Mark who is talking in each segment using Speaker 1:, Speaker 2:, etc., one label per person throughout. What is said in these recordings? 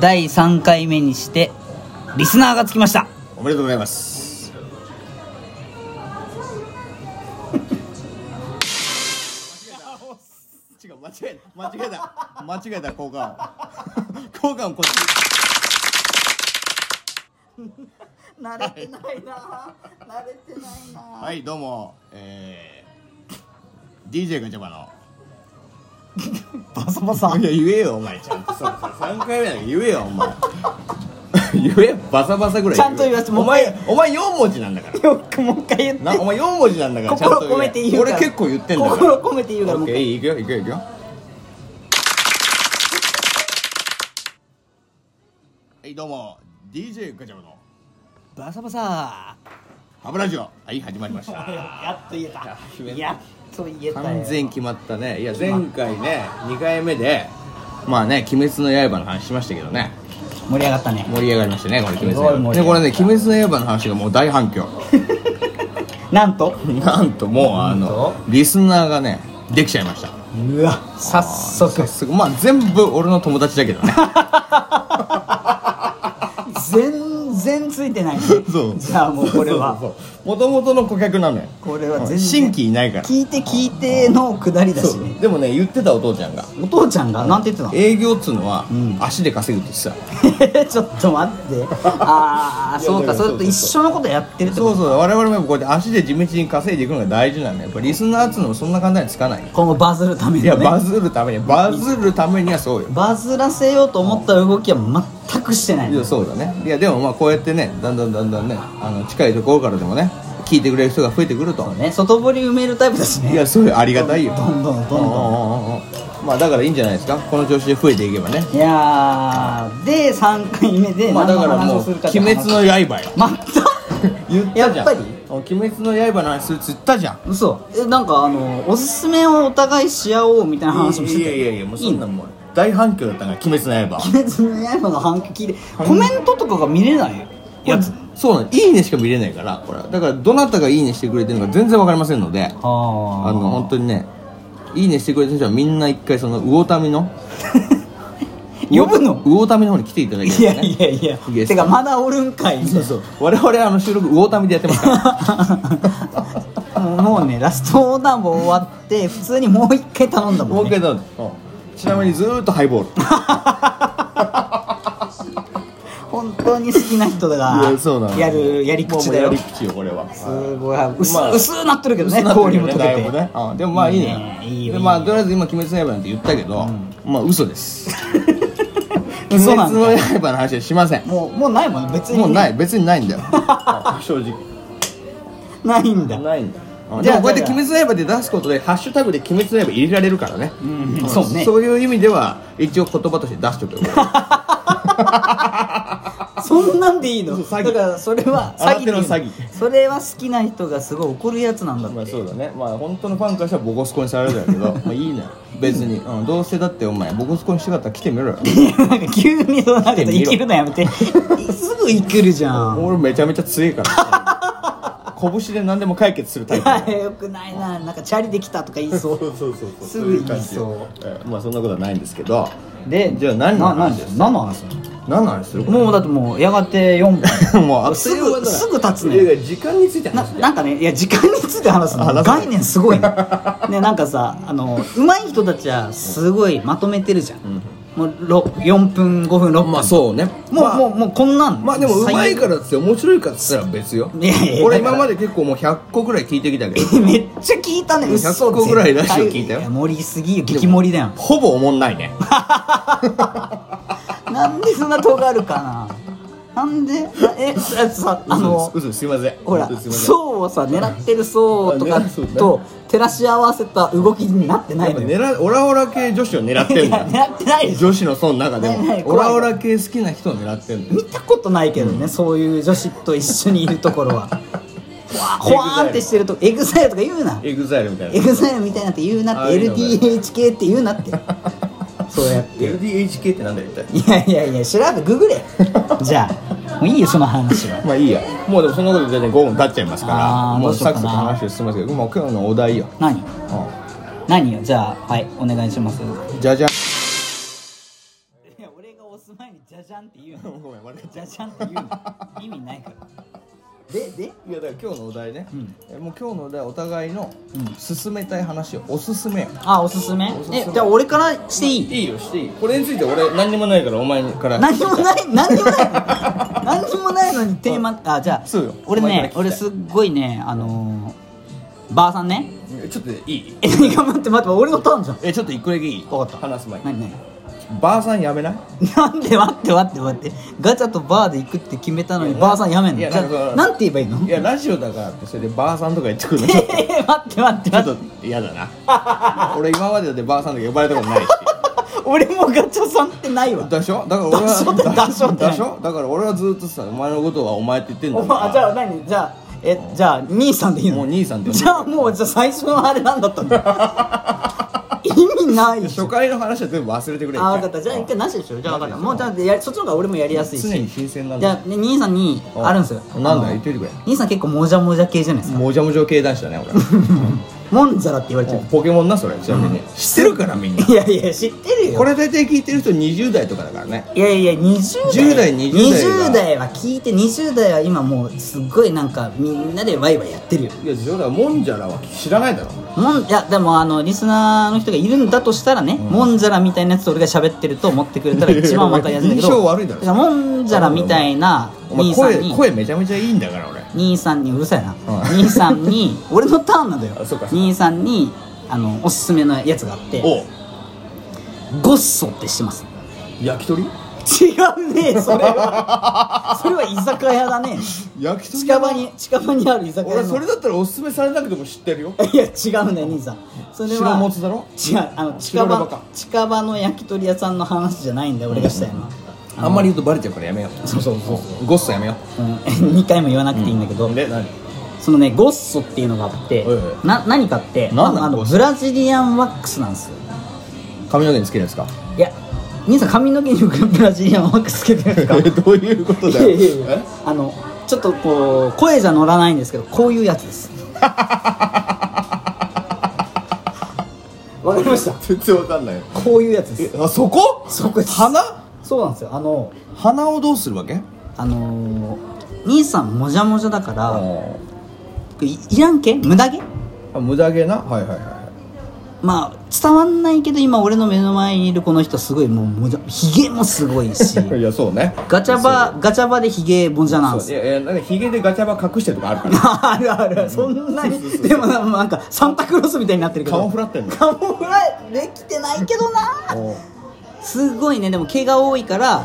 Speaker 1: 第3回目にしてリスナーがつきました
Speaker 2: おめでとうございます違う間違えた間違えた間違えた交換音交換音こっち
Speaker 3: 慣れてないな慣れてないな
Speaker 2: はいどうもえー、DJ がジャパの
Speaker 1: バサバサ
Speaker 2: いや言えよお前ちゃんとささ3回目だけど言えよお前言えよバサバサぐらいえよ
Speaker 1: ちゃんと言わせても
Speaker 2: お
Speaker 1: う一回
Speaker 2: 前お前4文字なんだから
Speaker 1: よくもう一回言って
Speaker 2: なお前4文字なんだからちゃんと
Speaker 1: 心込めて言うから
Speaker 2: 俺結構言ってんだから
Speaker 1: 心込めて言うから
Speaker 2: オ
Speaker 1: も
Speaker 2: ッ
Speaker 1: う一
Speaker 2: ケ
Speaker 1: 回
Speaker 2: ーいくよいくよいくよはいどうも DJ ガチャムの
Speaker 1: バサバサ
Speaker 2: ハブラジオはい始まりました
Speaker 1: やっと言え
Speaker 2: や
Speaker 1: た
Speaker 2: 言えた
Speaker 1: やっと言えたよ
Speaker 2: 完全決まったねいや前回ね2回目でまあね「鬼滅の刃」の話しましたけどね
Speaker 1: 盛り上がった ね
Speaker 2: 盛り上がりましたねこれ「鬼
Speaker 1: すごい
Speaker 2: 滅の
Speaker 1: 盛
Speaker 2: 刃」
Speaker 1: り
Speaker 2: で
Speaker 1: 上
Speaker 2: こ
Speaker 1: が
Speaker 2: れ
Speaker 1: った
Speaker 2: ね「鬼滅の刃」の話がもう大反響
Speaker 1: なんと
Speaker 2: なんともうあのリスナーがねできちゃいました
Speaker 1: うわ早速
Speaker 2: すごいまあ全部俺の友達だけどね
Speaker 1: 全然ついてないね
Speaker 2: そう
Speaker 1: じゃあもうこれ は
Speaker 2: もともとの顧客なのよ
Speaker 1: これは全然
Speaker 2: 新規いないから
Speaker 1: 聞いて聞いてのくだりだしね
Speaker 2: でもね言ってたお父ちゃんが
Speaker 1: お父ちゃんがなんて言ってたの
Speaker 2: 営業っつうのは、
Speaker 1: ん
Speaker 2: 足で稼ぐって言ってた
Speaker 1: ちょっと待ってああ
Speaker 2: いや
Speaker 1: そうか
Speaker 2: だから
Speaker 1: それと一緒のことやってるってこ
Speaker 2: そう
Speaker 1: と
Speaker 2: そう我々もやっぱこうやって足で地道に稼いでいくのが大事なんだよやっぱリスナーっつうのもそんな簡単につかない
Speaker 1: 今後バズるため
Speaker 2: い
Speaker 1: に
Speaker 2: やバ
Speaker 1: ね
Speaker 2: ズるためにバズるためにはそうよ
Speaker 1: バズらせようと思った動きは全くしてない
Speaker 2: いやそうだねいやでもまあこうやってねだんだんだんだんねあの近いところからでもね聞いてくれる人が増えてくると
Speaker 1: ね外堀埋めるタイプだし
Speaker 2: い
Speaker 1: ね
Speaker 2: やそういうありがたいよ
Speaker 1: どんどんどんどん
Speaker 2: うんうんうんうんまあだからいいんじゃないですかこの調子で増えていけばね
Speaker 1: いやーで3回目で
Speaker 2: まあ
Speaker 1: 何
Speaker 2: だ
Speaker 1: の
Speaker 2: から
Speaker 1: 話
Speaker 2: もう
Speaker 1: を
Speaker 2: 「
Speaker 1: す
Speaker 2: 鬼
Speaker 1: るか
Speaker 2: 滅の刃」よ
Speaker 1: また
Speaker 2: 言ったじゃん
Speaker 1: やっぱり
Speaker 2: 鬼滅の刃の話するっつったじゃん
Speaker 1: 嘘えなんかあのおすすめをお互いし合おうみたいな話もして
Speaker 2: い
Speaker 1: た
Speaker 2: やいやいやもうそんな
Speaker 1: の
Speaker 2: もう大反響だったから鬼滅の刃
Speaker 1: 鬼滅の刃の反響聞いてコメントとかが見れないやつ
Speaker 2: そうなのいいねしか見れないからこれだからどなたがいいねしてくれてるのか全然わかりませんので
Speaker 1: あー
Speaker 2: あの本当にねいいねしてくれた人はみんな一回その魚民の
Speaker 1: 呼ぶの
Speaker 2: 魚民の方に来ていただけ
Speaker 1: い
Speaker 2: れば
Speaker 1: や
Speaker 2: ね
Speaker 1: いやいや
Speaker 2: イエス
Speaker 1: てかまだおるんかい
Speaker 2: そうそう我々あの収録魚民でやってますから
Speaker 1: もうねラストオーダーも終わって普通にもう一回頼んだも
Speaker 2: もうん一
Speaker 1: ね
Speaker 2: 回どうぞちなみにずーっとハイボール
Speaker 1: 本当に好きな人
Speaker 2: い
Speaker 1: が
Speaker 2: やそうなの
Speaker 1: やるやり口だ
Speaker 2: も
Speaker 1: よ
Speaker 2: うもうやり口よこれは
Speaker 1: すごい薄,、
Speaker 2: まあ
Speaker 1: 薄なってるけどね
Speaker 2: 嘘
Speaker 1: 氷
Speaker 2: に
Speaker 1: も
Speaker 2: な
Speaker 1: 溶
Speaker 2: っ
Speaker 1: け
Speaker 2: てる
Speaker 1: て
Speaker 2: よねだいぶねあでもまあいいね
Speaker 1: いいねいいよ
Speaker 2: で
Speaker 1: いい
Speaker 2: まあ
Speaker 1: よ
Speaker 2: とりあえず今「鬼滅の刃」なんて言ったけど、まあ嘘 です「鬼
Speaker 1: 嘘
Speaker 2: 滅
Speaker 1: な
Speaker 2: の
Speaker 1: んだ
Speaker 2: 刃」の話はしません
Speaker 1: もうもうないもんね別に
Speaker 2: もうない別にないんだよ正直
Speaker 1: ないんだ
Speaker 2: ないんだ
Speaker 1: じ
Speaker 2: じ
Speaker 1: ゃあ
Speaker 2: ゃあこうやって「
Speaker 1: じゃあ
Speaker 2: 鬼滅の刃」で出すことでハッシュタグで「鬼滅の刃」入れられるからね、
Speaker 1: うんそうね
Speaker 2: そういう意味では一応言葉として出しとくよ
Speaker 1: そんなんでいいの
Speaker 2: そう詐欺
Speaker 1: だからそれは
Speaker 2: あなた
Speaker 1: っていう
Speaker 2: の詐欺
Speaker 1: それは好きな人がすごい怒るやつなんだって、
Speaker 2: まあそうだねまあ本当のファンからしたらボコスコにされるだろうけ どまあいいな別に、うん、どうせだってお前ボコスコにしてかったら来てみろよ
Speaker 1: いやなんか急にそんなこと生きるのやめてすぐ生きるじゃん
Speaker 2: 俺めちゃめちゃ強いから 拳で何でも解決するタイプ
Speaker 1: いやよくないななんかチャリできたとか言いそう
Speaker 2: そうそうそう
Speaker 1: すぐ言いそう
Speaker 2: うまあそんなことはないんですけど
Speaker 1: で
Speaker 2: じゃあ何の
Speaker 1: な
Speaker 2: 話
Speaker 1: 何
Speaker 2: です
Speaker 1: 何の話
Speaker 2: 何の話 する
Speaker 1: もうだってもうやがて4分
Speaker 2: もうあっと
Speaker 1: す
Speaker 2: いう間だ
Speaker 1: ぐ
Speaker 2: な
Speaker 1: すぐ経つ
Speaker 2: いや
Speaker 1: ね
Speaker 2: いや時間について
Speaker 1: な
Speaker 2: 話す
Speaker 1: なんかねいや時間について話すの
Speaker 2: 話す
Speaker 1: 概念すごい ねねなんかさあの上手い人たちはすごいまとめてるじゃん、もうろ4分5分6分、
Speaker 2: まあそうね
Speaker 1: もう、
Speaker 2: まあ
Speaker 1: もうもうこんなん
Speaker 2: まあでもうまいかららっつって面白いからっつったら別よ
Speaker 1: いやいやいや
Speaker 2: 俺今まで結構もう100個ぐらい聞いてき たけど
Speaker 1: めっちゃ聞いたね嘘
Speaker 2: 100個ぐらいラジオ聞いたよ
Speaker 1: や盛りすぎよ激盛りだよ
Speaker 2: ほぼおもんないね
Speaker 1: なんでそんなとがるかななんでなえささあの
Speaker 2: 嘘です嘘ですすいません
Speaker 1: ほら
Speaker 2: 本当にすいません
Speaker 1: 層をさ狙ってる層と
Speaker 2: あ
Speaker 1: か
Speaker 2: 狙そうね
Speaker 1: と照らし合わせた動きになってな
Speaker 2: やっ
Speaker 1: い
Speaker 2: ぱ
Speaker 1: のよ
Speaker 2: 狙オラオラ系女子を狙ってん
Speaker 1: いや
Speaker 2: だよ
Speaker 1: 狙ってないでしょ
Speaker 2: 女子の層の中で
Speaker 1: ないない
Speaker 2: もオ
Speaker 1: 怖い
Speaker 2: ラオラ系好きな人を狙ってんだよ
Speaker 1: 見たことないけどね、そういう女子と一緒にいると ころはほわーんってしてるとエグザイルとか言うな
Speaker 2: エグザイルみたい
Speaker 1: エ
Speaker 2: な
Speaker 1: グザイルみたいなって言うな
Speaker 2: あ
Speaker 1: っ
Speaker 2: あ
Speaker 1: て
Speaker 2: いうのが
Speaker 1: LDHK って言うなってそうやって
Speaker 2: LDHK ってなんだよ一体
Speaker 1: いやいやいや調べググれじゃあもういいよその話は
Speaker 2: まあいいやもうでもそんなことで全然5分経っちゃいますか
Speaker 1: あ
Speaker 2: ら
Speaker 1: ー
Speaker 2: も
Speaker 1: どう
Speaker 2: う
Speaker 1: しよ
Speaker 2: サ
Speaker 1: う
Speaker 2: ク
Speaker 1: か
Speaker 2: サク
Speaker 1: な
Speaker 2: 話を進めますけどもう今日のお題よ、
Speaker 1: 何
Speaker 2: う
Speaker 1: 何よじゃあはいお願いします
Speaker 2: ん、じゃじゃん
Speaker 1: いや俺がが押す前にじゃじゃんって言うの
Speaker 2: ごめん悪かった
Speaker 1: じゃじゃんって言うの意味ないからでで
Speaker 2: いやだから今日のお題ね、
Speaker 1: うん
Speaker 2: えもう今日のお題お互いの
Speaker 1: うん
Speaker 2: 進めたい話をおすすめよ
Speaker 1: あおすすめ
Speaker 2: おすすめ
Speaker 1: えじゃあ俺からしていい
Speaker 2: いいよしていいこれについて俺何にもないからお前から
Speaker 1: 何にもない何にもないの何にもないのにテーマあじゃあ
Speaker 2: そうよ
Speaker 1: 俺
Speaker 2: お
Speaker 1: ね
Speaker 2: 前から聞きたい
Speaker 1: 俺すっごいねあのー、ばあさんね
Speaker 2: ちょっといい
Speaker 1: え頑張って待って俺のターンじゃん
Speaker 2: えちょっと一個だけいい
Speaker 1: 分かった
Speaker 2: 話す前に
Speaker 1: 何何
Speaker 2: ばあさんやめない
Speaker 1: なんで待って待って待ってガチャとバーで行くって決めたのに
Speaker 2: いや
Speaker 1: ばあさんやめんの
Speaker 2: い
Speaker 1: じ
Speaker 2: や
Speaker 1: ゃあ
Speaker 2: だから
Speaker 1: なんて言えばいいの
Speaker 2: いやラジオだからってそれでばあさんとか言ってく るの
Speaker 1: えー待って待って
Speaker 2: ちょっ
Speaker 1: 待っ
Speaker 2: と嫌だな俺今までだってばあさんとか呼ばれたことないして
Speaker 1: 俺もガチャさんってないわ
Speaker 2: だしょだから俺は
Speaker 1: だしょってだしょって
Speaker 2: だしょだから俺はずっとさお前のことはお前って言ってんだ
Speaker 1: お
Speaker 2: か
Speaker 1: 前
Speaker 2: ら
Speaker 1: あじゃあ何じゃあえじゃあ兄さんでいいの
Speaker 2: もう兄さんって呼んで
Speaker 1: じゃあもうじゃあ最初のあれなんだったの 意味ないでしょ
Speaker 2: 初回の話は全部忘れてくれ
Speaker 1: あ
Speaker 2: 一回
Speaker 1: 分かったじゃあ一回なしでしょじゃあ分かった
Speaker 2: うん
Speaker 1: もうじゃあやそっちの方が俺もやりやすいし
Speaker 2: 常に新鮮なん
Speaker 1: じゃあ
Speaker 2: だ
Speaker 1: ね兄さんにあるんですよ
Speaker 2: なんだ
Speaker 1: あ
Speaker 2: よ
Speaker 1: の
Speaker 2: 言っといてくれ
Speaker 1: 兄さん結構もじゃもじゃ系じゃないですか
Speaker 2: もじゃもじゃ系男子だね
Speaker 1: もんじゃらって言われち
Speaker 2: 俺
Speaker 1: ゃ
Speaker 2: もうポケモンなそれちなみ に知ってるからみんな
Speaker 1: ういやいや知ってるよ
Speaker 2: これ大体聞いてる人20代とかだからね
Speaker 1: いやいや20代
Speaker 2: 10代20
Speaker 1: 20代
Speaker 2: 代が
Speaker 1: は聞いて20代は今もうすっごいなんかみんなでワイワイやってるよ
Speaker 2: いや冗談もんじゃらは知らないだろ
Speaker 1: もんいやでもあのリスナーの人がいるんだとしたらね、もんじゃらみたいなやつと俺が喋ってると思ってくれたら一番分かりやすいんだけど
Speaker 2: 印象悪いだろ
Speaker 1: からもんじゃらみたいな
Speaker 2: お前
Speaker 1: 兄さんに
Speaker 2: 声声めちゃめちゃいいんだから俺
Speaker 1: 兄さんにうるさいな、
Speaker 2: うん
Speaker 1: 兄さんに 俺のターンなんだよ
Speaker 2: あそうかそうか
Speaker 1: 兄さんにあのおすすめのやつがあって
Speaker 2: おう
Speaker 1: ゴッソってしてます
Speaker 2: 焼き鳥
Speaker 1: 違うねそれは それは居酒屋だね
Speaker 2: 焼き鳥
Speaker 1: 近場に近場にある居酒屋の
Speaker 2: 俺それだったらおすすめされなくても知ってるよ
Speaker 1: いや違うんだよ兄さんそれは
Speaker 2: 白もつだろ
Speaker 1: 違うあの近
Speaker 2: 白レバ
Speaker 1: 場
Speaker 2: か
Speaker 1: 近場の焼き鳥屋さんの話じゃないんだよ俺がしたいのは、
Speaker 2: あんまり言うとバレちゃうからやめよう
Speaker 1: そうそうそう
Speaker 2: ゴッソやめよ
Speaker 1: うん、2回も言わなくていいんだけど、
Speaker 2: うで何
Speaker 1: そのねゴッソっていうのがあって、
Speaker 2: おいおい
Speaker 1: な何かって
Speaker 2: 何なの
Speaker 1: あのあの
Speaker 2: ゴッソ
Speaker 1: ブラジリアンワックスなんですよ
Speaker 2: 髪の毛につけるやつか
Speaker 1: いや兄さん髪の毛にブラジリアンワックスつけてるんですか
Speaker 2: え どういうこと
Speaker 1: い
Speaker 2: だよ
Speaker 1: やいやいやあのちょっとこう声じゃ乗らないんですけどこういうやつ ですわかりました
Speaker 2: え全然わかんないよ
Speaker 1: こういうやつです
Speaker 2: えあそこ
Speaker 1: そこです
Speaker 2: 鼻
Speaker 1: そうなんですよあの
Speaker 2: 鼻をどうするわけ
Speaker 1: あのー兄さんもじゃもじゃだから
Speaker 2: あ
Speaker 1: いいらんけ無駄毛
Speaker 2: あ無駄毛なはいはいは
Speaker 1: まあ伝わんないけど今俺の目の前にいるこの人すごいもうもじゃひげもすごい し
Speaker 2: いいやそうね
Speaker 1: ガチャバガチャバでひげもじゃなんです
Speaker 2: そう
Speaker 1: よ
Speaker 2: いやいやなんかヒゲでガチャバ隠してるとかあるから
Speaker 1: あるあるそんなにでもななんかサンタクロースみたいになってるけど
Speaker 2: 顔フラってんの
Speaker 1: カモフラできてないけどな
Speaker 2: おう
Speaker 1: すごいねでも毛が多いから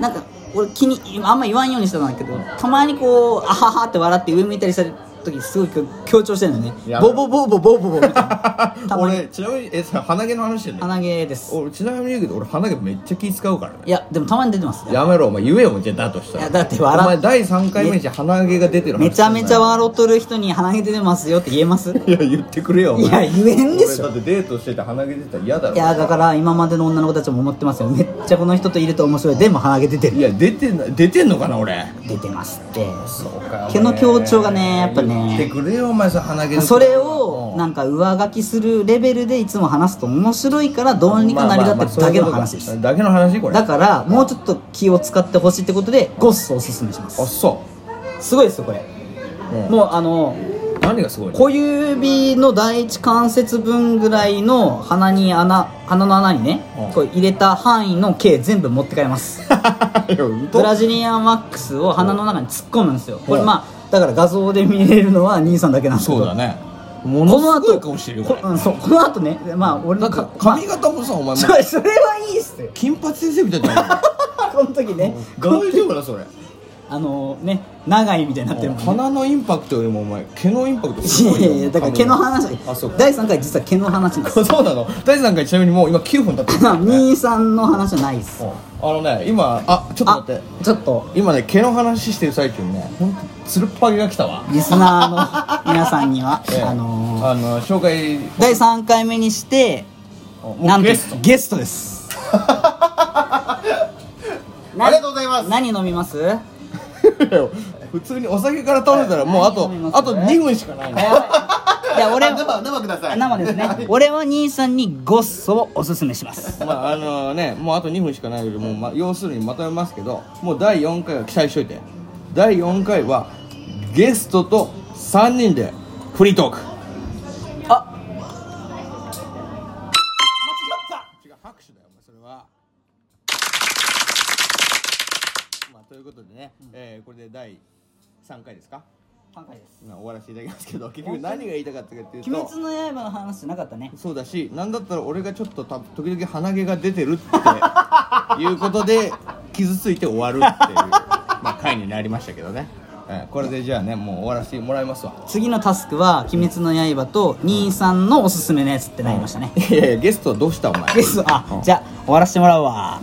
Speaker 1: なんか俺気にあんま言わんようにしてたんだけどたまにこうあははって笑って上向いたりした時すごい強調してるのね
Speaker 2: やば
Speaker 1: ボ
Speaker 2: い
Speaker 1: ボボボボボ ボみたいなたまに
Speaker 2: 俺ちなみにえさ鼻毛の話してんの
Speaker 1: 鼻毛です
Speaker 2: 俺ちなみに言うけど俺鼻毛めっちゃ気使うからね
Speaker 1: いやでもたまに出てます
Speaker 2: やめろお前言えよじゃあだとしたら
Speaker 1: いやだって笑っ
Speaker 2: お前第3回目にして鼻毛が出てる話
Speaker 1: めちゃめちゃ
Speaker 2: わ
Speaker 1: 笑っとる人に鼻毛出てますよって言えますい
Speaker 2: いや言ってくれよお
Speaker 1: や
Speaker 2: 前
Speaker 1: 言えんでしょ
Speaker 2: 俺だってデートしてて鼻毛出てたら嫌だろ
Speaker 1: いやだから今までの女の子たちも思ってますよめっちゃこの人といると面白いでも鼻毛出て
Speaker 2: い
Speaker 1: る
Speaker 2: や出てな出てんのかな俺
Speaker 1: 出てますって
Speaker 2: そうか
Speaker 1: 毛の強調がねやっぱね
Speaker 2: 言ってくれよお前さ鼻毛の
Speaker 1: それをなんか上書きするレベルでいつも話すと面白いからどうにか成り立ってるだけの話です
Speaker 2: だけの話これ
Speaker 1: だからもうちょっと気を使ってほしいってことでゴッソおすすめしま
Speaker 2: あ
Speaker 1: す
Speaker 2: そ
Speaker 1: すごいですよこれ
Speaker 2: う、うん、
Speaker 1: もうあの
Speaker 2: 何がすごいの
Speaker 1: 小指の第一関節分ぐらいの鼻に穴鼻の穴にね
Speaker 2: うん
Speaker 1: こう入れた範囲の毛全部持ってかれます
Speaker 2: いやうんと
Speaker 1: ブラジリアンワックスを鼻の中に突っ込むんですよこれ
Speaker 2: うん
Speaker 1: まあだから画像で見れるのは兄さんだけなんですけど
Speaker 2: そうだねも
Speaker 1: こ
Speaker 2: の
Speaker 1: の
Speaker 2: すご
Speaker 1: 後
Speaker 2: い顔してるよ
Speaker 1: こ
Speaker 2: こ
Speaker 1: う
Speaker 2: れ
Speaker 1: んそうこの後ねまあ俺
Speaker 2: な
Speaker 1: の
Speaker 2: んか
Speaker 1: まあ
Speaker 2: 髪型もさお前も
Speaker 1: それそれはいいっすよ
Speaker 2: 金髪先生みたいだよ
Speaker 1: この時ね
Speaker 2: お前大丈夫だそれ
Speaker 1: あのね長いみたいになってるもんね
Speaker 2: 鼻のインパクトよりもお前毛のインパクトすご
Speaker 1: い
Speaker 2: い
Speaker 1: や
Speaker 2: よ
Speaker 1: いやだから毛の話
Speaker 2: あそうか
Speaker 1: 第3回実は毛の話な んです
Speaker 2: そうなの大地さんがちなみにもう今9分経ってるからね
Speaker 1: 兄さんの話はないっす
Speaker 2: うんあのね今あちょっと
Speaker 1: あ
Speaker 2: 待って
Speaker 1: ちょっと
Speaker 2: 今ね毛の話してる最中にねほんとつるっぱげが来たわ
Speaker 1: リスナーの皆さんには
Speaker 2: ええ
Speaker 1: あのー
Speaker 2: あの紹介
Speaker 1: 第3回目にして
Speaker 2: も
Speaker 1: な
Speaker 2: うん
Speaker 1: と
Speaker 2: ゲスト
Speaker 1: ゲストです
Speaker 2: ありがとうございます
Speaker 1: 何飲みます
Speaker 2: 普通にお酒から倒れたらもうあと
Speaker 1: 飲みます
Speaker 2: あと2分しかないの
Speaker 1: いや俺
Speaker 4: あ生生ください
Speaker 1: 生ですね俺は兄さんにゴッソをおすすめします
Speaker 2: まああのねもうあと2分しかないけどもう、ま、要するにまとめますけどもう第4回は期待しといて第4回はゲストと3人でフリートーク
Speaker 1: あ
Speaker 2: 違う拍手だよお前それはまあということでね、えーこれで第3回ですか
Speaker 1: 3回です
Speaker 2: まあ終わらせていただきますけど結局何が言いたかったかっていうと
Speaker 1: 鬼滅の刃の話じゃなかったね
Speaker 2: そうだし何だったら俺がちょっとた時々鼻毛が出てるっていうこ とで傷ついて終わるっていう、まあ、回になりましたけどね、えーこれでじゃあねもう終わらせてもらいますわ
Speaker 1: 次のタスクは「鬼滅の刃」と兄さんのおすすめのやつってなりましたね
Speaker 2: いやいやゲストはどうしたお前
Speaker 1: ゲストあじゃあ終わらせてもらうわ